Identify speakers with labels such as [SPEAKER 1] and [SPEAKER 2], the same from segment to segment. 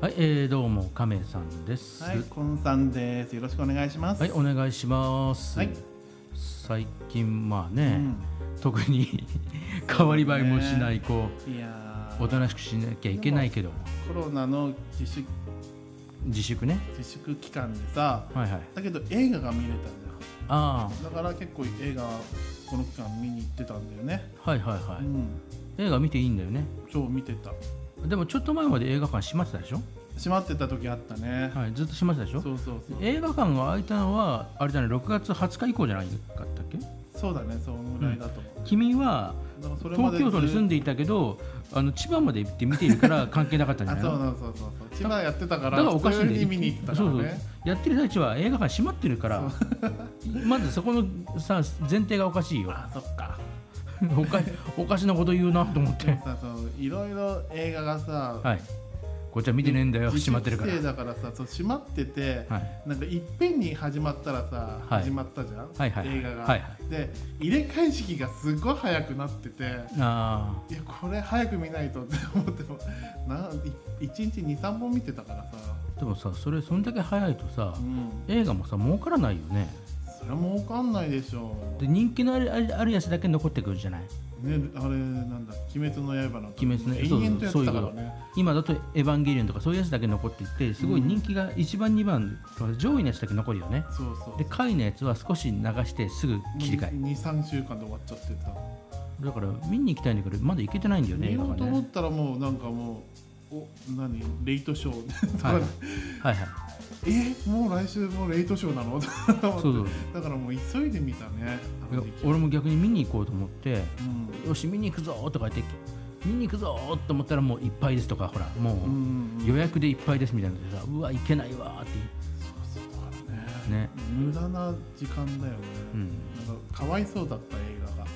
[SPEAKER 1] はい、えー、どうも亀さんです。
[SPEAKER 2] はい、コンさんです。よろしくお願いします。
[SPEAKER 1] はい、お願いします。
[SPEAKER 2] はい
[SPEAKER 1] 最近まあ
[SPEAKER 2] う
[SPEAKER 1] ね、
[SPEAKER 2] ん
[SPEAKER 1] 特に 変わり映えもしないこ
[SPEAKER 2] いや
[SPEAKER 1] うお
[SPEAKER 2] ー
[SPEAKER 1] となしくしなきゃいけないけど
[SPEAKER 2] コロナの自粛
[SPEAKER 1] 自粛ね。
[SPEAKER 2] 自粛期間でさ、
[SPEAKER 1] はいはい。
[SPEAKER 2] だけど映画が見れたん
[SPEAKER 1] あ
[SPEAKER 2] だよ。だから結構映画この期間見に行ってたんだよね。
[SPEAKER 1] あ、はいはいは
[SPEAKER 2] うん、
[SPEAKER 1] い。映画見ていいんだよね。
[SPEAKER 2] そう見てた。
[SPEAKER 1] でもちょっと前まで映画館閉まってたでしょ。
[SPEAKER 2] 閉まってた時あったね。
[SPEAKER 1] はい、ずっと閉まってたでし
[SPEAKER 2] そ
[SPEAKER 1] ょ
[SPEAKER 2] う。そうそう。
[SPEAKER 1] 映画館が開いたのはあれだね、6月20日以降じゃないかったっけ？
[SPEAKER 2] そうだね、そのぐらいだと思う。
[SPEAKER 1] 君は
[SPEAKER 2] だからそれま
[SPEAKER 1] 東
[SPEAKER 2] で
[SPEAKER 1] 京都に住んでいたけど、あの千葉まで行って見ているから関係なかったんじゃ
[SPEAKER 2] あ
[SPEAKER 1] ない
[SPEAKER 2] そう
[SPEAKER 1] の？
[SPEAKER 2] そうそうそうそう千葉やってた
[SPEAKER 1] だ
[SPEAKER 2] から
[SPEAKER 1] からおかしいんだよ
[SPEAKER 2] 普通に見に行ってたか
[SPEAKER 1] そ
[SPEAKER 2] ら
[SPEAKER 1] う
[SPEAKER 2] ね
[SPEAKER 1] そうやってる最中は映画館閉まってるから まずそこのさ前提がおかしいよ
[SPEAKER 2] あそっか
[SPEAKER 1] おかおかしなこと言うなと思っ
[SPEAKER 2] で
[SPEAKER 1] て
[SPEAKER 2] もさそのいろいろ映画がさ、
[SPEAKER 1] はいこっちは見てねえんだよ
[SPEAKER 2] 自
[SPEAKER 1] 閉まってるから
[SPEAKER 2] 粛規制だからさそう閉まってて、
[SPEAKER 1] はい
[SPEAKER 2] なんかいっぺんに始まったらさ、
[SPEAKER 1] はい
[SPEAKER 2] 始まったじゃん、
[SPEAKER 1] はいはいはい
[SPEAKER 2] 映画が、
[SPEAKER 1] はいは
[SPEAKER 2] で入れ替え時期がすごい早くなってて
[SPEAKER 1] あ
[SPEAKER 2] いやこれ早く見ないとって思ってもな1日23本見てたからさ、
[SPEAKER 1] ーでもさそれそんだけ早いとさ
[SPEAKER 2] うん、
[SPEAKER 1] 映画もさ儲からないよね
[SPEAKER 2] それは儲かんないでしょ
[SPEAKER 1] で人気のあるあるあるやつだけ残ってくるじゃない
[SPEAKER 2] ね、あれなんだ「鬼滅の刃」の時
[SPEAKER 1] 鬼滅の
[SPEAKER 2] 永遠とやってたからね
[SPEAKER 1] 今だと「エヴァンゲリオン」とかそういうやつだけ残っていってすごい人気が1番2番とか上位のやつだけ残るよね
[SPEAKER 2] そうそう
[SPEAKER 1] で下位のやつは少し流してすぐ切り替え
[SPEAKER 2] 23週間で終わっちゃってた
[SPEAKER 1] だから見に行きたいんだけどまだ行けてないんだよね
[SPEAKER 2] 見
[SPEAKER 1] 映画
[SPEAKER 2] ようと
[SPEAKER 1] 館
[SPEAKER 2] 思っ
[SPEAKER 1] ね
[SPEAKER 2] たらもうなんかもうお何レイトショーと
[SPEAKER 1] はい
[SPEAKER 2] か、
[SPEAKER 1] はいはい
[SPEAKER 2] えもう来週もうレイトショーなの
[SPEAKER 1] そうそう
[SPEAKER 2] だからもう急いで見たねあ
[SPEAKER 1] い
[SPEAKER 2] の
[SPEAKER 1] や
[SPEAKER 2] 時期
[SPEAKER 1] 俺も逆に見に行こうと思って
[SPEAKER 2] うん
[SPEAKER 1] よし見に行くぞとか言って見に行くぞと思ったらもういっぱいですとかほら
[SPEAKER 2] うん
[SPEAKER 1] も
[SPEAKER 2] うん
[SPEAKER 1] う予約でいっぱいですみたいなのでさうわ行けないわーって
[SPEAKER 2] そうそうだからね
[SPEAKER 1] ね
[SPEAKER 2] 無駄な時間だよね、
[SPEAKER 1] うん
[SPEAKER 2] なんかかわいそうだった映画が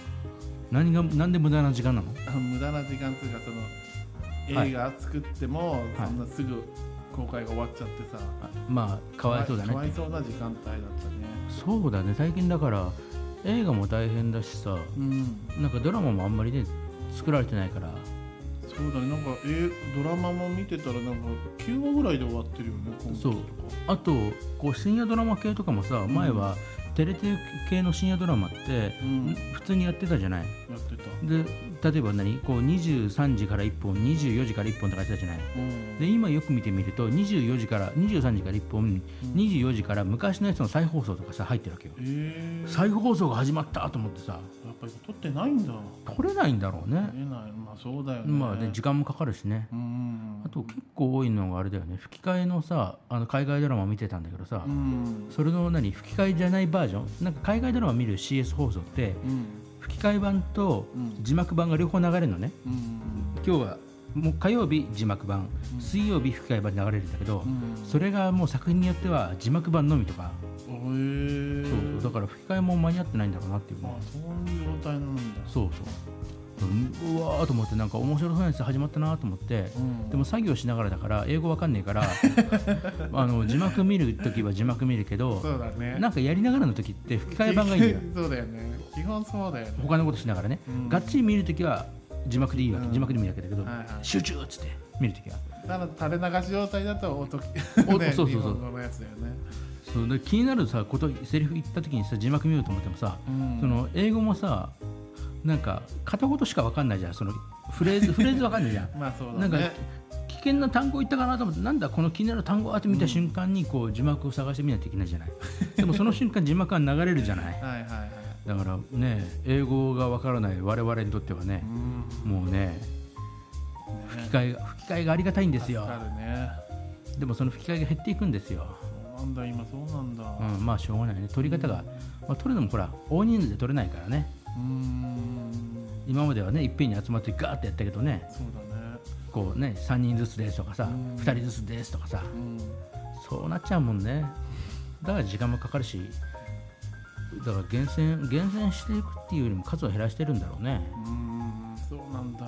[SPEAKER 1] 何が何で無駄な時間なの
[SPEAKER 2] あの 無駄な時間というかその
[SPEAKER 1] はい
[SPEAKER 2] 映画作っても
[SPEAKER 1] は
[SPEAKER 2] そ
[SPEAKER 1] い
[SPEAKER 2] んなすぐ公開が終わっちゃってさ、
[SPEAKER 1] あまあかわいそうだ
[SPEAKER 2] かわ
[SPEAKER 1] ね
[SPEAKER 2] いそうな時間帯だったね
[SPEAKER 1] そうだね最近だから映画も大変だしさ
[SPEAKER 2] うん
[SPEAKER 1] なんかドラマもあんまりね作られてないから
[SPEAKER 2] そうだねなんか、えードラマも見てたらなんか9話ぐらいで終わってるよね今期
[SPEAKER 1] そ
[SPEAKER 2] と
[SPEAKER 1] う
[SPEAKER 2] か
[SPEAKER 1] あとこう深夜ドラマ系とかもさ前はテレビ系の深夜ドラマって
[SPEAKER 2] うん
[SPEAKER 1] 普通にやってたじゃない
[SPEAKER 2] やってた
[SPEAKER 1] で例えば何こう23時から1本24時から1本とかやってたじゃない
[SPEAKER 2] うん
[SPEAKER 1] で今よく見てみると24時から23時から1本24時から昔のやつの再放送とかさ入ってるわけよ
[SPEAKER 2] えー、や
[SPEAKER 1] 再放送が始まったと思ってさ
[SPEAKER 2] っぱり撮ってないんだ
[SPEAKER 1] 取れないんだろうね
[SPEAKER 2] 見えないまあそうだよね
[SPEAKER 1] まあね時間もかかるしね
[SPEAKER 2] うん
[SPEAKER 1] あと結構多いのがあれだよね吹き替えのさあの海外ドラマ見てたんだけどさ、
[SPEAKER 2] うん
[SPEAKER 1] それの何吹き替えじゃないバージョンなんか海外ドラマ見る CS 放送って
[SPEAKER 2] うん
[SPEAKER 1] 吹き替え版と
[SPEAKER 2] うん
[SPEAKER 1] 字幕版が両方流れるのね
[SPEAKER 2] うん
[SPEAKER 1] 今日はもう火曜日字幕版水曜日吹き替え版で流れるんだけど、
[SPEAKER 2] うん
[SPEAKER 1] それがもう作品によっては字幕版のみとか、
[SPEAKER 2] えー、
[SPEAKER 1] そうそうだから吹き替えも間に合ってないんだろうなっていうね
[SPEAKER 2] まあそういう状態なんだ
[SPEAKER 1] そうそううんうわーと思ってなんか面白そうなやつ始まったなと思って、
[SPEAKER 2] うん
[SPEAKER 1] でも作業しながらだから英語わかんねえから あの字幕見る時は字幕見るけど
[SPEAKER 2] そうだね
[SPEAKER 1] なんかやりながらの時って吹き替え版がいいんだよ
[SPEAKER 2] そうだよね基本そうだよね
[SPEAKER 1] 他のことしながらね、
[SPEAKER 2] うん
[SPEAKER 1] がっちり見るときは字幕でいいわけ、
[SPEAKER 2] うん
[SPEAKER 1] 字幕でもいいわけだけど、
[SPEAKER 2] はいはい
[SPEAKER 1] 集中っつって見るときは
[SPEAKER 2] ただ垂れ流し状態だと音 ね
[SPEAKER 1] おそうそうそう
[SPEAKER 2] 日本語のやつだよね
[SPEAKER 1] そうで気になるさことセリフ言ったときにさ字幕見ようと思ってもさ、
[SPEAKER 2] うん
[SPEAKER 1] その英語もさなんか片言しかわかんないじゃんそのフレー ズフレーズわかんないじゃん
[SPEAKER 2] まあそうだね
[SPEAKER 1] なんか危険な単語言ったかなと思ってなんだこの気になる単語あって見た瞬間にこう字幕を探してみないといけないじゃないでもその瞬間字幕は流れるじゃない
[SPEAKER 2] はいはいはい
[SPEAKER 1] だからね英語がわからない我々にとってはね
[SPEAKER 2] う、ん
[SPEAKER 1] もうね吹き替えが吹き替えがありがたいんですよ
[SPEAKER 2] 助かるね
[SPEAKER 1] でもその吹き替えが減っていくんですよ、
[SPEAKER 2] そうなんだ今そうなんだ
[SPEAKER 1] うん、まあしょうがないね取り方が、まあ、取るのもほら大人数で取れないからね
[SPEAKER 2] うーん
[SPEAKER 1] 今まではねいっぺんに集まってガーってやったけどね
[SPEAKER 2] そうだね
[SPEAKER 1] こうね3人ずつですとかさ
[SPEAKER 2] うん
[SPEAKER 1] 2人ずつですとかさ
[SPEAKER 2] うん
[SPEAKER 1] そうなっちゃうもんねだから時間もかかるしだから厳選厳選していくっていうよりも数を減らしてるんだろうね
[SPEAKER 2] うーんそうなんだ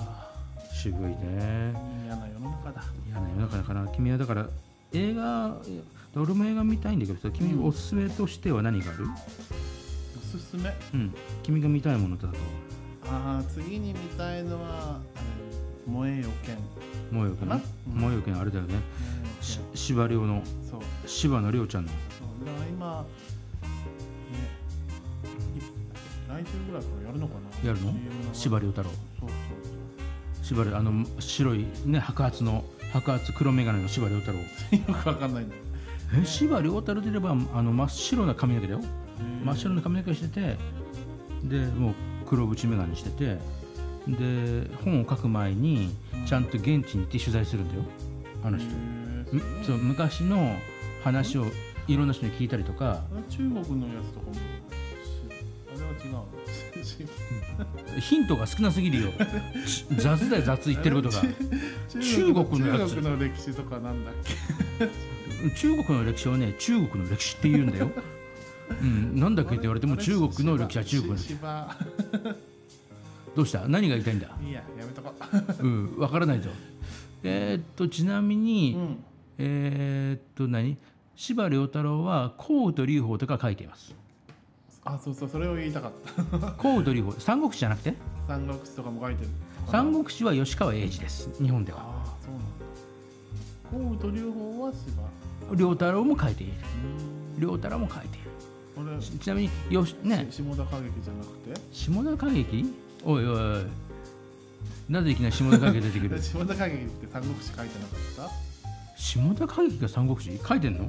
[SPEAKER 1] 渋いね
[SPEAKER 2] 嫌な世の中だ
[SPEAKER 1] 嫌な世の中だから君はだから映画いや俺も映画見たいんだけどさ君おすすめとしては何がある、
[SPEAKER 2] おすすめ
[SPEAKER 1] うん、君が見たいものだと
[SPEAKER 2] あー次に見たいのはあれ燃えよ剣
[SPEAKER 1] もうよく
[SPEAKER 2] か
[SPEAKER 1] ね
[SPEAKER 2] なうん
[SPEAKER 1] もうよくねあれだよねし柴遼の
[SPEAKER 2] そう
[SPEAKER 1] 柴野亮ちゃんの
[SPEAKER 2] そうだから今ねい来週ぐらいからやるのかな
[SPEAKER 1] やるの
[SPEAKER 2] CM が
[SPEAKER 1] 柴遼太郎
[SPEAKER 2] そうそう
[SPEAKER 1] 柴遼あの白いね白髪の白髪黒眼鏡の柴遼太郎
[SPEAKER 2] そうよくわかんないんだよ、
[SPEAKER 1] え柴遼太郎といえばあの真っ白な髪の毛だよ真っ白な髪の毛しててでもう黒縁眼鏡しててで本を書く前にちゃんと現地に行って取材するんだよあの人
[SPEAKER 2] へ
[SPEAKER 1] む
[SPEAKER 2] ー
[SPEAKER 1] そう昔の話をいろんな人に聞いたりとか
[SPEAKER 2] あれ中国のやつとかもしあれは違うの
[SPEAKER 1] ヒントが少なすぎるよち雑だよ雑言ってることが中国のやつ
[SPEAKER 2] 中国の歴史とかなんだっけ
[SPEAKER 1] 中国の歴史はね中国の歴史って言うんだよ、うん、なんだっけって言われても中国の歴史は中国の歴史
[SPEAKER 2] 芝
[SPEAKER 1] どうした何が言いたいんだ
[SPEAKER 2] いいややめとこう
[SPEAKER 1] うんわからないぞえーっとちなみに、
[SPEAKER 2] うん
[SPEAKER 1] えーっと何柴良太郎は幸雨と龍鳳とか書いています
[SPEAKER 2] あそうそうそれを言いたかった
[SPEAKER 1] 幸雨と龍鳳三国志じゃなくて
[SPEAKER 2] 三国志とかも書いてる
[SPEAKER 1] 三国志は吉川英治です日本では
[SPEAKER 2] ああそうなんだ甲と両方は芝
[SPEAKER 1] 良太郎も書いている
[SPEAKER 2] うん
[SPEAKER 1] 良太郎も書いている
[SPEAKER 2] これ
[SPEAKER 1] ちちなみによしね
[SPEAKER 2] し下田歌劇じゃなくて
[SPEAKER 1] 下田歌劇おいおいおいなぜいきなり下田歌劇出て くる
[SPEAKER 2] 下田歌劇って三国志書いてなかった
[SPEAKER 1] 下田歌劇が三国志書いてん の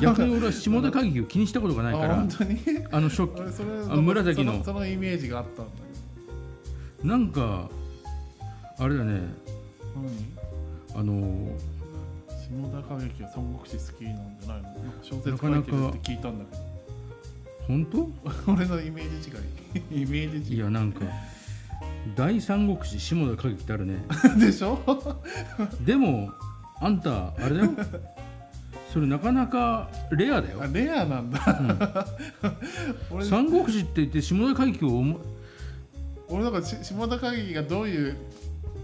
[SPEAKER 1] 逆に俺は下田歌劇を気にしたことがないか
[SPEAKER 2] あ
[SPEAKER 1] ら
[SPEAKER 2] 本当に
[SPEAKER 1] あの初期
[SPEAKER 2] 俺それ
[SPEAKER 1] あ紫の
[SPEAKER 2] そのそのイメージがあったんだ
[SPEAKER 1] なんかあれだね
[SPEAKER 2] けど何
[SPEAKER 1] あの
[SPEAKER 2] 下田歌劇は三国志好きなんじゃないのなんか小説
[SPEAKER 1] な
[SPEAKER 2] 書
[SPEAKER 1] かないか
[SPEAKER 2] てるって聞いたんだけど
[SPEAKER 1] 本当
[SPEAKER 2] 俺のイメージ違いイメージ
[SPEAKER 1] い
[SPEAKER 2] 違い
[SPEAKER 1] やなんか大三国志下田景樹ってある ね
[SPEAKER 2] でしょ
[SPEAKER 1] でもあんたあれだよそれなかなかレアだよ
[SPEAKER 2] あレアなんだ 俺
[SPEAKER 1] 三国志って言って下田景樹を思い
[SPEAKER 2] 俺なんかし下田景樹がどういう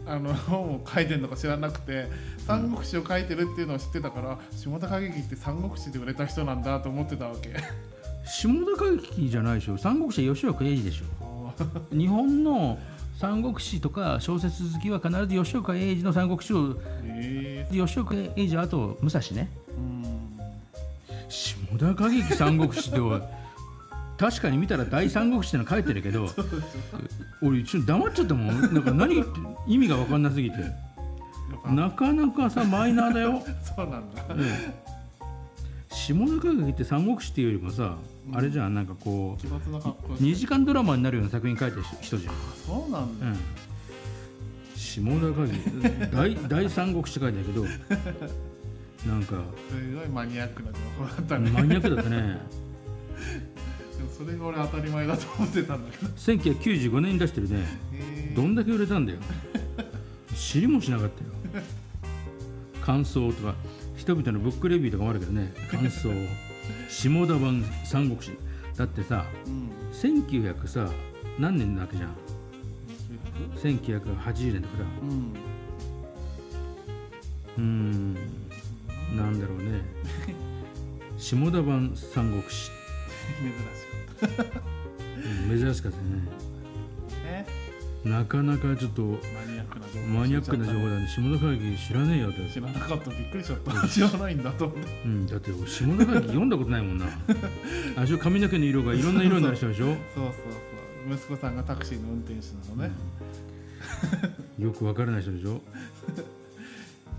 [SPEAKER 2] あの本を書いてるのか知らなくて三国志を書いてるっていうのを知ってたから、下田景樹って三国志で売れた人なんだと思ってたわけ
[SPEAKER 1] 下田景樹じゃないでしょ三国志は吉岡英治でしょ日本の三国志とか小説好きは必ず吉岡英治の三国志を
[SPEAKER 2] え
[SPEAKER 1] 吉岡英治あと武蔵ね
[SPEAKER 2] えうん
[SPEAKER 1] 下田景樹三国志っておい確かに見たら大三国志っての書いてるけど俺一瞬黙っちゃったもんなんか何言って意味が分かんなすぎて
[SPEAKER 2] やっぱ
[SPEAKER 1] なかなかさマイナーだよ、
[SPEAKER 2] そうなんだ
[SPEAKER 1] うん下田景樹って三国志っていうよりもさあれじゃんなんかこ
[SPEAKER 2] 奇抜な格好
[SPEAKER 1] う2時間ドラマになるような作品書いてる人じゃん、
[SPEAKER 2] そうなんだ、
[SPEAKER 1] うん、下田景 樹大大三国志って書いてあるけどなんか
[SPEAKER 2] すごいマニアックな情報だった
[SPEAKER 1] マ
[SPEAKER 2] ね、
[SPEAKER 1] ニアックだったね
[SPEAKER 2] でもそれが俺当たり前だと思ってたんだけど
[SPEAKER 1] 1995年に出してるね
[SPEAKER 2] え
[SPEAKER 1] どんだけ売れたんだよ知りもしなかったよ感想とか人々のブックレビューとかもあるけどね感想下田版三国志だってさ
[SPEAKER 2] えうん
[SPEAKER 1] 1900さ何年だっけじゃん1980年だから
[SPEAKER 2] うん
[SPEAKER 1] うーんなんだろうね 下田版三国志
[SPEAKER 2] 珍しかっ
[SPEAKER 1] うん珍しかったね
[SPEAKER 2] たね
[SPEAKER 1] なかなかちょっと
[SPEAKER 2] マニアックな情報
[SPEAKER 1] マニアックな情報だね下田会議知らねえよって
[SPEAKER 2] 知らなかったびっくりしちゃった知らないんだと思って
[SPEAKER 1] うん、だって俺下田書き読んだことない もんなあれでしょ髪の毛の色がいろんな色になる人でしょ
[SPEAKER 2] そうそうそう息子さんがタクシーの運転手なのね、
[SPEAKER 1] よくわからない人でしょ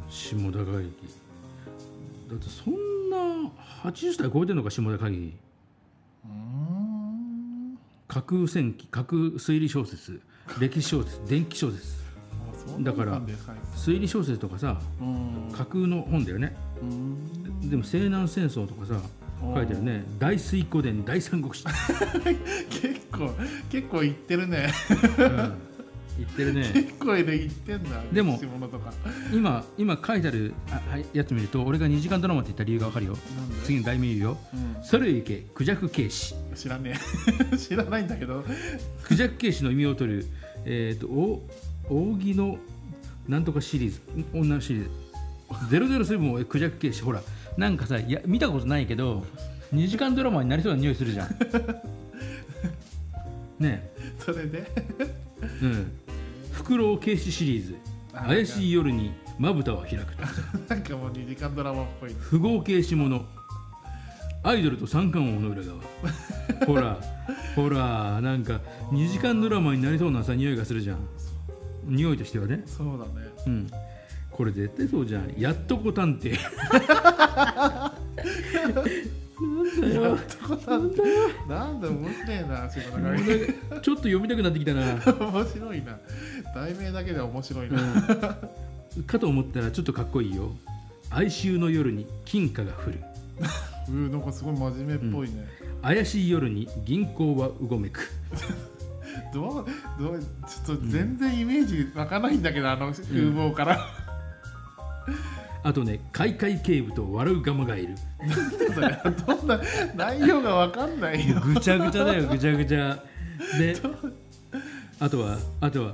[SPEAKER 1] 下田書きだってそんな80歳超えてんのか下田書き
[SPEAKER 2] うーん
[SPEAKER 1] 架空戦記架空推理小説歴史小説電気小説
[SPEAKER 2] あそんなことなんですか
[SPEAKER 1] 推理小説とかさ
[SPEAKER 2] うーん
[SPEAKER 1] 架空の本だよね
[SPEAKER 2] うーん
[SPEAKER 1] でも西南戦争とかさ書いてあるね大水湖伝大三国志、
[SPEAKER 2] 結構結構行ってるね
[SPEAKER 1] うん、言ってるね
[SPEAKER 2] 結構で行ってんだ
[SPEAKER 1] でも
[SPEAKER 2] 歴史物とか
[SPEAKER 1] 今今書いてあるあはいやつ見ると俺が2時間ドラマって言った理由がわかるよ
[SPEAKER 2] なんで
[SPEAKER 1] 次の題名言うよ「
[SPEAKER 2] う
[SPEAKER 1] それゆけクジャク警視
[SPEAKER 2] ん、知らねえ 知らないんだけど」
[SPEAKER 1] クジャク警視の意味を取る、えー、とお扇のなんとかシリーズん女のシリーズ007もクジャク警視ほらなんかさいや見たことないけど2時間ドラマになりそうな匂いするじゃんね
[SPEAKER 2] それで
[SPEAKER 1] えうん「フクロウ警視」シリーズ「
[SPEAKER 2] あ
[SPEAKER 1] 怪しい夜にまぶたを開く
[SPEAKER 2] なんかもう2時間ドラマっぽい
[SPEAKER 1] 不合形下のアイドルと三冠王の裏側ほらほらなんか2時間ドラマになりそうなさ匂いがするじゃん匂いとしてはね
[SPEAKER 2] そうだね
[SPEAKER 1] うんこれ絶対そうじゃんやっとこ探偵なんだよ
[SPEAKER 2] なんだ面白いな島
[SPEAKER 1] もう
[SPEAKER 2] 田
[SPEAKER 1] なん
[SPEAKER 2] 影
[SPEAKER 1] かちょっと読みたくなってきたな、
[SPEAKER 2] 面白いな題名だけで面白いな、
[SPEAKER 1] うん、かと思ったらちょっとかっこいいよ哀愁の夜に金貨が降る
[SPEAKER 2] うん、なんかすごい真面目っぽいね、
[SPEAKER 1] 怪しい夜に銀行はうごめく
[SPEAKER 2] どうどうちょっと全然イメージ湧かないんだけど、あの風貌から、
[SPEAKER 1] あとね「開会警部と笑うガマがいる」
[SPEAKER 2] それどんな内容がわかんないよ
[SPEAKER 1] ぐちゃぐちゃだよぐちゃぐちゃであとはあとは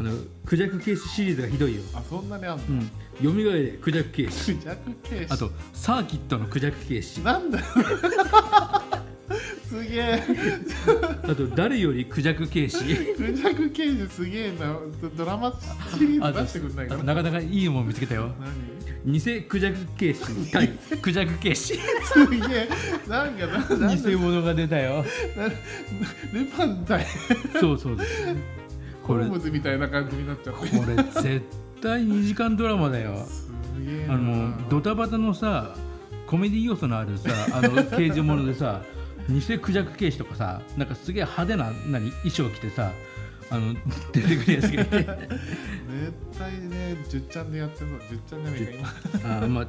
[SPEAKER 1] あのクジャク警視シリーズがひどいよ
[SPEAKER 2] あそんなにあんの
[SPEAKER 1] うんよみがえれクジャク警視
[SPEAKER 2] クジャク警視
[SPEAKER 1] あとサーキットのクジャク警視
[SPEAKER 2] なんだ すげえ
[SPEAKER 1] あと誰よりクジャク 警視
[SPEAKER 2] クジャク刑事すげえなドドラマシリー
[SPEAKER 1] あ
[SPEAKER 2] ズ
[SPEAKER 1] と
[SPEAKER 2] 出してくんないか
[SPEAKER 1] あと
[SPEAKER 2] な
[SPEAKER 1] なかなかいいもん見つけたよ
[SPEAKER 2] 何
[SPEAKER 1] 偽クジャク警視 対クジャク警視
[SPEAKER 2] すげえなんかななんで
[SPEAKER 1] 偽物が出たよ
[SPEAKER 2] ルパン対
[SPEAKER 1] そうそうです
[SPEAKER 2] ホ
[SPEAKER 1] これ
[SPEAKER 2] ー
[SPEAKER 1] こ
[SPEAKER 2] ムズみたいな感じになっちゃっ
[SPEAKER 1] れ
[SPEAKER 2] て
[SPEAKER 1] 絶対2時間ドラマだよ
[SPEAKER 2] すげえな
[SPEAKER 1] あのドタバタのさコメディ要素のある さあの刑事ものでさ偽クジャク刑事とかさなんかすげえ派手な何衣装着てさあの 出てくるやつがいて
[SPEAKER 2] 絶対ね10ちゃんでやってそう10ちゃんじゃねえか今
[SPEAKER 1] あまあ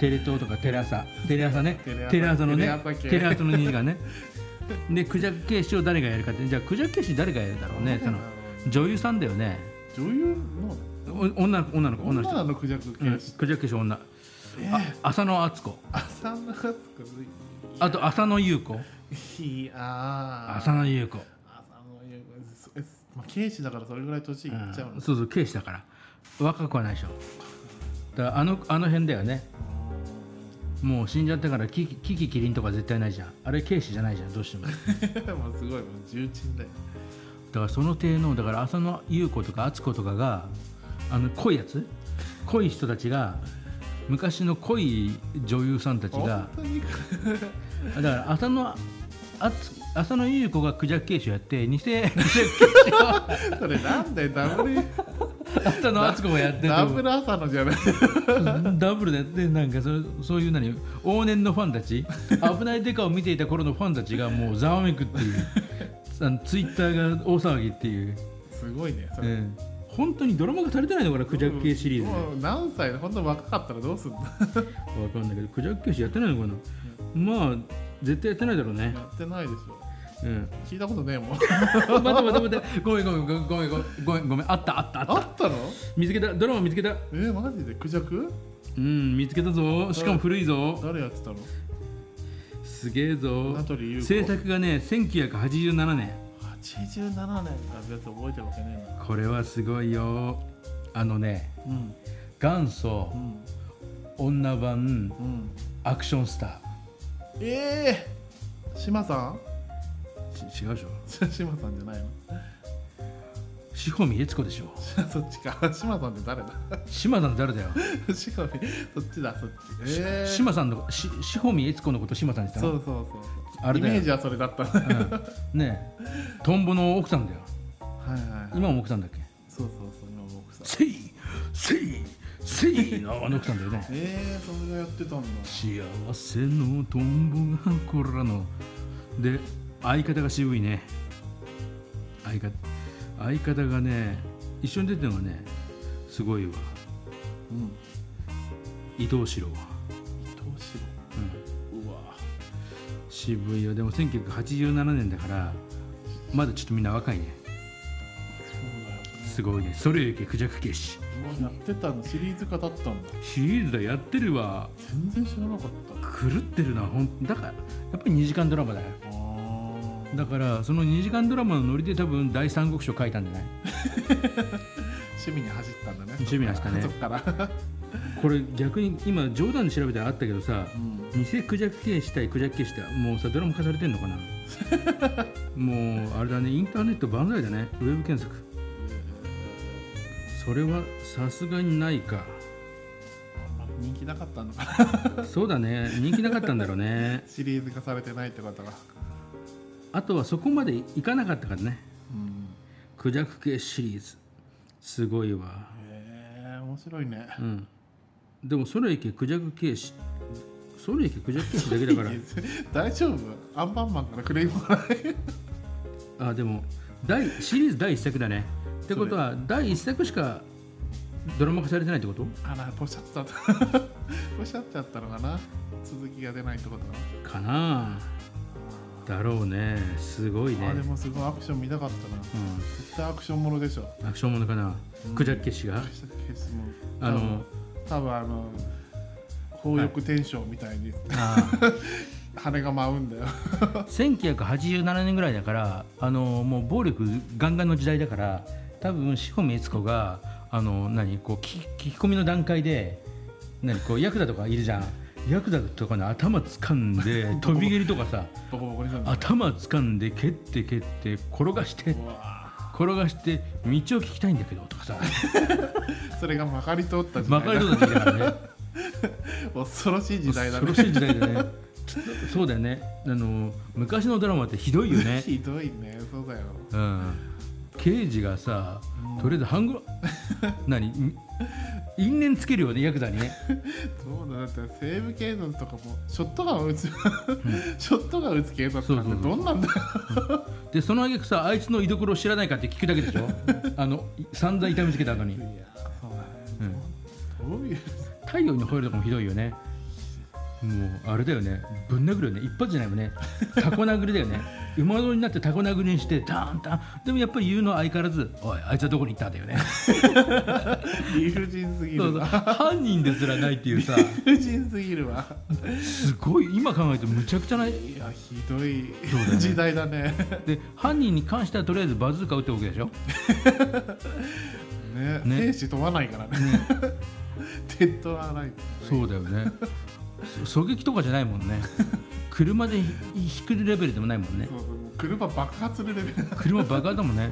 [SPEAKER 1] テレ東とかテレ朝テレ朝ね
[SPEAKER 2] テレ朝
[SPEAKER 1] テレ朝の
[SPEAKER 2] テレ
[SPEAKER 1] ね
[SPEAKER 2] 朝系
[SPEAKER 1] テレ朝の2時間ねでクジャク刑事を誰がやるかってじゃあクジャク刑事誰がやるだろうねその女優さんだよね
[SPEAKER 2] 女優の
[SPEAKER 1] お女の子女の子女
[SPEAKER 2] 女
[SPEAKER 1] の
[SPEAKER 2] な
[SPEAKER 1] 人、
[SPEAKER 2] のクジャク
[SPEAKER 1] うん、
[SPEAKER 2] 刑事
[SPEAKER 1] クジャク刑事女、あ浅野敦子
[SPEAKER 2] 浅野敦
[SPEAKER 1] あと浅野優子
[SPEAKER 2] 子いやー
[SPEAKER 1] 浅野優子
[SPEAKER 2] 浅野ゆう子そえまあ刑事だからそれぐらい年いっちゃうの、
[SPEAKER 1] そうそう警視だから若くはないでしょだからあのあの辺だよねもう死んじゃったからキキキキキリンとか絶対ないじゃんあれ警視じゃないじゃんどうしてもだか
[SPEAKER 2] もうすごいもう重鎮だよ
[SPEAKER 1] らその程のだから浅野ゆう子とか敦子とかがあの濃いやつ濃い人たちが昔の濃い女優さんたちが
[SPEAKER 2] 本当に
[SPEAKER 1] だから浅野敦浅野ゆう子がクジャク警視をやって偽
[SPEAKER 2] それなんだよダブル
[SPEAKER 1] 浅野敦子がやってる
[SPEAKER 2] ダブル朝のじゃない
[SPEAKER 1] ダブルででなんかそれそういう何往年のファンたち危ないデカを見ていた頃のファンたちがもうざわめくっていうあのツイッターが大騒ぎっていう、
[SPEAKER 2] すごいねそれ、
[SPEAKER 1] ええ本当にドラマが足りてないのかなクジャク系シリーズで
[SPEAKER 2] もう何歳だ本当若かったらどうすんのや
[SPEAKER 1] 分かんないけどクジャク系シやってないのかな、まあ絶対やってないだろうね、
[SPEAKER 2] ってないでしょ
[SPEAKER 1] うん、
[SPEAKER 2] 聞いたことねえもん
[SPEAKER 1] 待って待 って待ってごめんごめんごめんごめんごめんごめんごめんあったあったあった
[SPEAKER 2] あったの
[SPEAKER 1] 見つけたドラマ見つけた
[SPEAKER 2] えー、マジでクジャク
[SPEAKER 1] うん見つけたぞしかも古いぞ
[SPEAKER 2] 誰やってたの
[SPEAKER 1] すげえぞ
[SPEAKER 2] 名取裕子
[SPEAKER 1] 制作がね1987年
[SPEAKER 2] 87年だってやつ覚えてるわけね
[SPEAKER 1] これはすごいよあのね
[SPEAKER 2] えなうん
[SPEAKER 1] 元祖
[SPEAKER 2] うん
[SPEAKER 1] 女版
[SPEAKER 2] うん
[SPEAKER 1] アクションスタ
[SPEAKER 2] ええー、島さん
[SPEAKER 1] ーち違うでしょ
[SPEAKER 2] 島さんじゃないの
[SPEAKER 1] 志保美悦子でしょ
[SPEAKER 2] そっちか 島さんって誰だ
[SPEAKER 1] 島さん誰だよ、
[SPEAKER 2] 島さんそっちだそっちええー、
[SPEAKER 1] し島さんのし志保美悦子のこと島さんって言
[SPEAKER 2] そ
[SPEAKER 1] っ
[SPEAKER 2] うそうそうそう
[SPEAKER 1] あれだよ
[SPEAKER 2] イメージはそれだったね
[SPEAKER 1] たのうんねえトンボの奥さんだよ
[SPEAKER 2] はいはい、はい、
[SPEAKER 1] 今も奥さんだっけ
[SPEAKER 2] そうそうそう今僕さん
[SPEAKER 1] せいせいせいのあの奥さんだよね
[SPEAKER 2] ええー、それがやってたんだ
[SPEAKER 1] 幸せのトンボがこらので相方が渋いね相方相方がね一緒に出てるのがねすごいわ
[SPEAKER 2] うん
[SPEAKER 1] 伊藤四郎、
[SPEAKER 2] どうしよ
[SPEAKER 1] うん、うわ渋いよでも1987年だからまだちょっとみんな若いね
[SPEAKER 2] うそうだよ
[SPEAKER 1] すごいねそれゆけクジャク消し
[SPEAKER 2] ねもうやってたのシリーズ化だったんだ
[SPEAKER 1] シリーズだやってるわ
[SPEAKER 2] 全然知らなかった
[SPEAKER 1] 狂ってるなほんだからやっぱり2時間ドラマだよ
[SPEAKER 2] あー
[SPEAKER 1] だからその2時間ドラマのノリで多分第三国書書いたんじゃない
[SPEAKER 2] 趣味に走ったんだね
[SPEAKER 1] 趣味に走ったね
[SPEAKER 2] そっからそ っから、
[SPEAKER 1] これ逆に今冗談で調べたらあったけどさ
[SPEAKER 2] うん、
[SPEAKER 1] 偽クジャク系したいクジャク系したいもうさドラマ化されてんのかなもうあれだねインターネット万歳だねウェブ検索それはさすがにないか
[SPEAKER 2] 人気なかったのかな
[SPEAKER 1] そうだね人気なかったんだろうね
[SPEAKER 2] シリーズ化されてないってことが
[SPEAKER 1] あとはそこまでいかなかったからね
[SPEAKER 2] うん
[SPEAKER 1] クジャク系シリーズすごいわ
[SPEAKER 2] へえ面白いね
[SPEAKER 1] うんでもソレイケクジャク系シソレイケクジャク系シだけだか
[SPEAKER 2] 大丈夫アンパンマンからクレームがない
[SPEAKER 1] らあでも第シリーズ第一作だねってことは第一作しかドラマ化されてないってこと
[SPEAKER 2] あらポシャっちゃった ポシャっちゃったのかな続きが出ないってことが
[SPEAKER 1] かなあだろうねすごいね
[SPEAKER 2] あでもすごいアクション見たかったな
[SPEAKER 1] う
[SPEAKER 2] 絶対アクションものでしょ
[SPEAKER 1] んアクションものかなクジャク系シが
[SPEAKER 2] 消すも
[SPEAKER 1] あの
[SPEAKER 2] 多分あの法欲天章みたいに
[SPEAKER 1] あ ー
[SPEAKER 2] 羽が 舞うんだよ
[SPEAKER 1] 1987年ぐらいだからあのもう暴力ガンガンの時代だから多分志穂美悦子があの何こう聞き聞き込みの段階で何こうヤクザとかいるじゃんヤクザとかの頭掴んで飛び蹴りとかさ
[SPEAKER 2] ボコボコにされて
[SPEAKER 1] 頭掴んで蹴って蹴って転がして
[SPEAKER 2] うわ
[SPEAKER 1] 転がして道を聞きたいんだけどとか さ
[SPEAKER 2] それがまかり通った時
[SPEAKER 1] ま
[SPEAKER 2] 代
[SPEAKER 1] かりそうな時代だからね
[SPEAKER 2] 恐ろしい時代だね
[SPEAKER 1] 恐ろしい時代だねそうだよねあの昔のドラマってひどいよね
[SPEAKER 2] ひどいね そうだよ
[SPEAKER 1] うん刑事がさ、とりあえず半 グ何ん因縁つけるよねヤクザにね
[SPEAKER 2] そうだだって西部警察とかもショットガンを撃つ、ショットガンを撃つ警察なんて
[SPEAKER 1] そうそうそう
[SPEAKER 2] どんなんだよ
[SPEAKER 1] でその挙句さあいつの居所を知らないかって聞くだけでし ょあのい散々痛めつけた後に
[SPEAKER 2] いやそうだね、どういう
[SPEAKER 1] 太陽に吠えるとかもひどいよねもうあれだよねぶん殴るよね一発じゃないもんねタコ殴りだよね馬乗りになってタコ殴りにしてダーンダンでもやっぱり言うのは相変わらず「おいあいつはどこに行った?」んだよね
[SPEAKER 2] 理不尽すぎ
[SPEAKER 1] そう
[SPEAKER 2] る
[SPEAKER 1] そう
[SPEAKER 2] わ
[SPEAKER 1] 犯人ですらないっていうさ
[SPEAKER 2] 理不尽すぎるわ
[SPEAKER 1] すごい今考えるとむちゃくちゃない
[SPEAKER 2] いやひどい
[SPEAKER 1] そうだね
[SPEAKER 2] 時代だね
[SPEAKER 1] で犯人に関してはとりあえずバズーカ撃っておくでしょ
[SPEAKER 2] ね
[SPEAKER 1] ね
[SPEAKER 2] 生死問わないからね 鉄塔はない
[SPEAKER 1] そうだよねそ狙撃とかじゃないもんね車でひ引くレベルでもないもんね
[SPEAKER 2] そうそうもう車爆発するレベル
[SPEAKER 1] 車爆破だもんね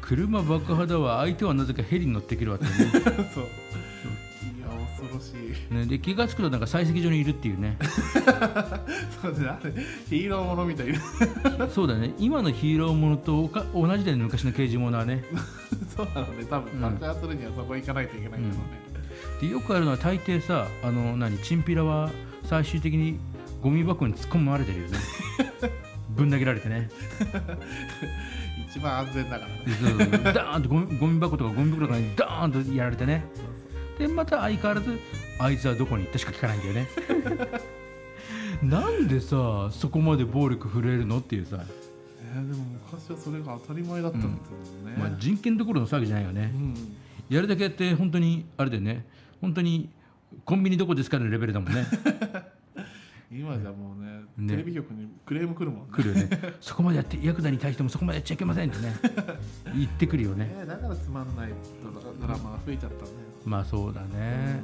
[SPEAKER 1] 車爆破だわ相手はなぜかヘリに乗ってくるわって
[SPEAKER 2] そういや恐ろしい
[SPEAKER 1] ねねで気が付くとなんか採石場にいるっていうね
[SPEAKER 2] そうだねあれヒーローものみたいな
[SPEAKER 1] そうだね今のヒーローものとおか同じだよね昔の刑事ものはね
[SPEAKER 2] そうなので多分爆発するにはそこ行かないといけないけどね、
[SPEAKER 1] でよくあるのは大抵さあの何チンピラは最終的にゴミ箱に突っ込まれてるよねぶん投げられてね
[SPEAKER 2] 一番安全だからね
[SPEAKER 1] でそうそうダーンとゴミゴミ箱とかゴミ袋とかにダーンとやられてねでまた相変わらずあいつはどこに行ったしか聞かないんだよねなんでさそこまで暴力振れるのっていうさ、
[SPEAKER 2] えーでも昔はそれが当たり前だったんだよね、
[SPEAKER 1] まあ、人権どころの騒ぎじゃないよね
[SPEAKER 2] うん
[SPEAKER 1] やるだけやって本当にあれだよね本当にコンビニどこですかのレベルだもんね
[SPEAKER 2] 今じゃもうね
[SPEAKER 1] ね
[SPEAKER 2] テレビ局にクレーム来るもんね
[SPEAKER 1] 来るよねそこまでやってヤクザに対してもそこまでやっちゃいけませんってね言ってくるよね
[SPEAKER 2] えーだからつまんないドラドラマが増えちゃったね、
[SPEAKER 1] まあそうだね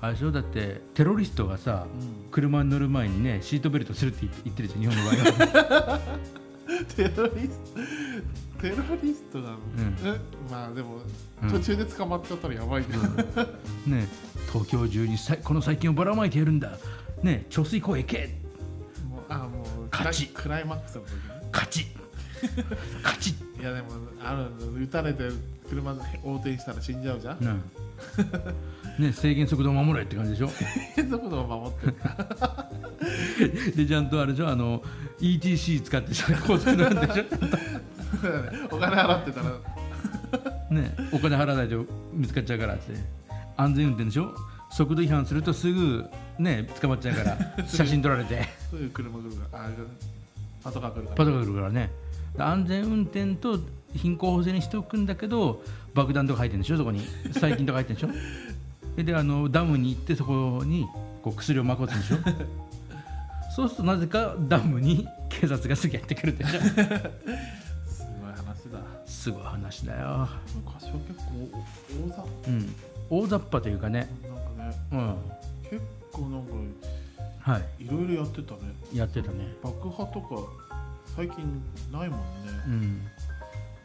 [SPEAKER 1] あれでしょだってテロリストがさ、車に乗る前にねシートベルトするって言って言ってるじゃん日本の場合は
[SPEAKER 2] テロリストテロリストなの、
[SPEAKER 1] ん
[SPEAKER 2] えまあでも
[SPEAKER 1] うん
[SPEAKER 2] 途中で捕まっちゃったらやばいけど、
[SPEAKER 1] ね東京中にさこの細菌をばらまいてやるんだね貯水口へ行け
[SPEAKER 2] もうあもう
[SPEAKER 1] 勝ち
[SPEAKER 2] クライクライマックスの時ね
[SPEAKER 1] 勝ち勝ち
[SPEAKER 2] いやでもあるんだ撃たれて車で横転したら死んじゃうじゃん、
[SPEAKER 1] うんね制限速度を守れって感じでしょ
[SPEAKER 2] そういうことを守って る
[SPEAKER 1] でちゃんとあれでしょあの ETC 使ってさ高速乗るんでし
[SPEAKER 2] そうだねお金払ってたら
[SPEAKER 1] ょ ねお金払わないと見つかっちゃうからって安全運転でしょ速度違反するとすぐね捕まっちゃうから写真撮られて
[SPEAKER 2] そういう車来るから あパトカー来るから
[SPEAKER 1] パトカーが来るからねで安全運転と貧困法制にしておくんだけど爆弾とか入ってるんでしょそこに細菌とか入ってるんでしょでであのダムに行ってそこにこう薬をまこうとするんでしょそうするとなぜかダムに警察がすぐやってくるって しょ
[SPEAKER 2] すごい話だ
[SPEAKER 1] すごい話だよ、
[SPEAKER 2] 昔は結構大ざ
[SPEAKER 1] うん、大雑把というかね、
[SPEAKER 2] なんかね
[SPEAKER 1] うん
[SPEAKER 2] 結構なんか
[SPEAKER 1] はい
[SPEAKER 2] ろいろやってたね
[SPEAKER 1] い、やってたね、
[SPEAKER 2] 爆破とか最近ないもんね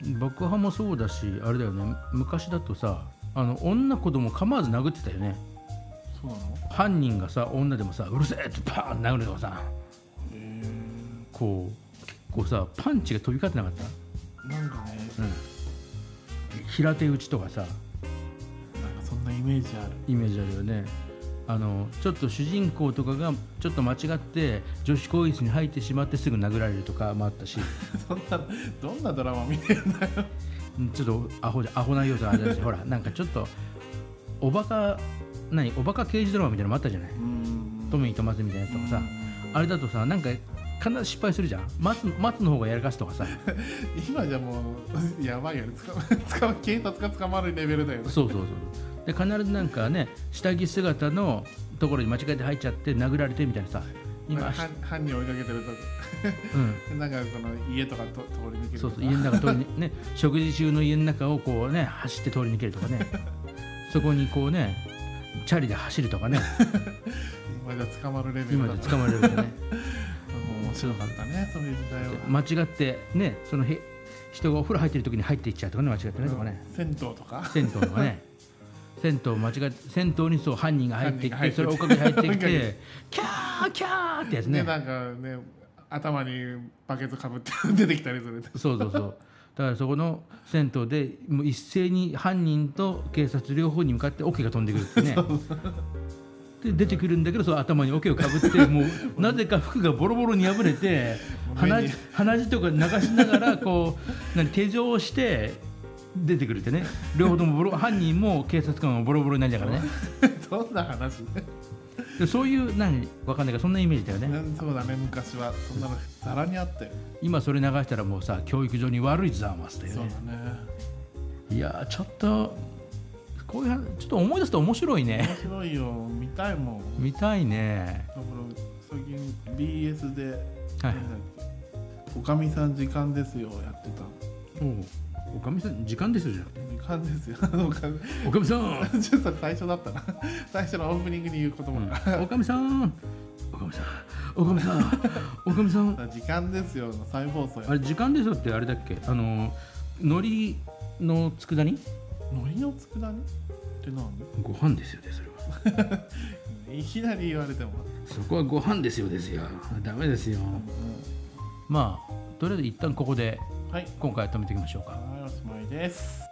[SPEAKER 1] うん、爆破もそうだしあれだよね昔だとさあの女子供構わず殴ってたよね
[SPEAKER 2] そうなの
[SPEAKER 1] 犯人がさ女でもさうるせえってパーン殴るとかさ
[SPEAKER 2] へえ
[SPEAKER 1] こう結構さパンチが飛び交ってなかっ
[SPEAKER 2] なんかね
[SPEAKER 1] た、うん、平手打ちとかさ
[SPEAKER 2] なんかそんなイメージある
[SPEAKER 1] イメージあるよねあのちょっと主人公とかがちょっと間違って女子更衣室に入ってしまってすぐ殴られるとかもあったし
[SPEAKER 2] そんなどんなドラマ見てるんだよ
[SPEAKER 1] うんちょっとアホじゃアホな要素があるだしほらなんかちょっとおバカ何おバカ刑事ドラマみたいなのもあったじゃない
[SPEAKER 2] うん
[SPEAKER 1] トミーとマツみたいなやつとかさあれだとさなんか必ず失敗するじゃん松松の方がやらかすとかさ
[SPEAKER 2] 今じゃもうやばいよね捕ま捕ま警察が捕まるレベルだよね
[SPEAKER 1] そうそうそうで必ずなんかね下着姿のところに間違えて入っちゃって殴られてみたいなさ今、
[SPEAKER 2] 犯犯人追いかけてると
[SPEAKER 1] うん、
[SPEAKER 2] なんかこの家とかと通り抜ける
[SPEAKER 1] そうそう家の中通りにね食事中の家の中をこうね走って通り抜けるとかねそこにこうねチャリで走るとかね
[SPEAKER 2] 今じゃ捕まるレベ
[SPEAKER 1] 今
[SPEAKER 2] ル
[SPEAKER 1] で
[SPEAKER 2] だと
[SPEAKER 1] 捕まれるよね
[SPEAKER 2] 面白かったねそういう時代は
[SPEAKER 1] 間違ってねそのへ人がお風呂入ってる時に入っていっちゃうとかね間違ってねとかね
[SPEAKER 2] 銭湯とか
[SPEAKER 1] 銭湯とかね銭湯間違って銭湯にそう犯人が入ってき
[SPEAKER 2] 犯
[SPEAKER 1] てそ
[SPEAKER 2] 人
[SPEAKER 1] れ
[SPEAKER 2] が
[SPEAKER 1] を追っ
[SPEAKER 2] 入って
[SPEAKER 1] かけて入
[SPEAKER 2] きて
[SPEAKER 1] ってき
[SPEAKER 2] 追い
[SPEAKER 1] てキャーキャーってやつ
[SPEAKER 2] ね
[SPEAKER 1] ね
[SPEAKER 2] なんかね頭にバケツかぶって出てきたりする
[SPEAKER 1] そうそうそうだからそこの銭湯でもう一斉に犯人と警察両方に向かって桶が飛んでくるってねで出てくるんだけどその頭に桶をかぶってもう なぜか服がボロボロに破れて
[SPEAKER 2] もう目
[SPEAKER 1] 鼻
[SPEAKER 2] に
[SPEAKER 1] 血鼻血とか流しながらこう何手錠をして出てくるってね両方ともボロ犯人も警察官もボロボロになりながらね
[SPEAKER 2] どんな話ね
[SPEAKER 1] でそういう何わかんないけどそんなイメージだよね
[SPEAKER 2] ねそうだね昔はそんなのざらにあったよ
[SPEAKER 1] 今それ流したらもうさ教育上に悪いざますだよ
[SPEAKER 2] そう
[SPEAKER 1] ね
[SPEAKER 2] だ
[SPEAKER 1] い
[SPEAKER 2] ね
[SPEAKER 1] やーちょっとこういう話ちょっと思い出すと面白いね
[SPEAKER 2] 面白いよ見たいもん
[SPEAKER 1] 見たいね
[SPEAKER 2] だから最近 BS で、
[SPEAKER 1] はい
[SPEAKER 2] なんだっけおかみさん時間ですよ」やってた
[SPEAKER 1] おうおかみさん時間ですよじゃ
[SPEAKER 2] 時間ですよおかみ
[SPEAKER 1] んおかみさん
[SPEAKER 2] ちょっと最初だったな 最初のオープニングに言う言葉が、
[SPEAKER 1] おかみさんおかみさんおかみさんおかみさん
[SPEAKER 2] 時間ですよの再放送や
[SPEAKER 1] あれ時間ですよってあれだっけあの海苔の佃煮
[SPEAKER 2] 海苔の佃煮って何
[SPEAKER 1] ご飯ですよねそれはい
[SPEAKER 2] きなり言われても、
[SPEAKER 1] そこはご飯ですよですよダメですよまあとりあえず一旦ここで
[SPEAKER 2] はい
[SPEAKER 1] 今回は止めていきましょうか
[SPEAKER 2] はいおしまいです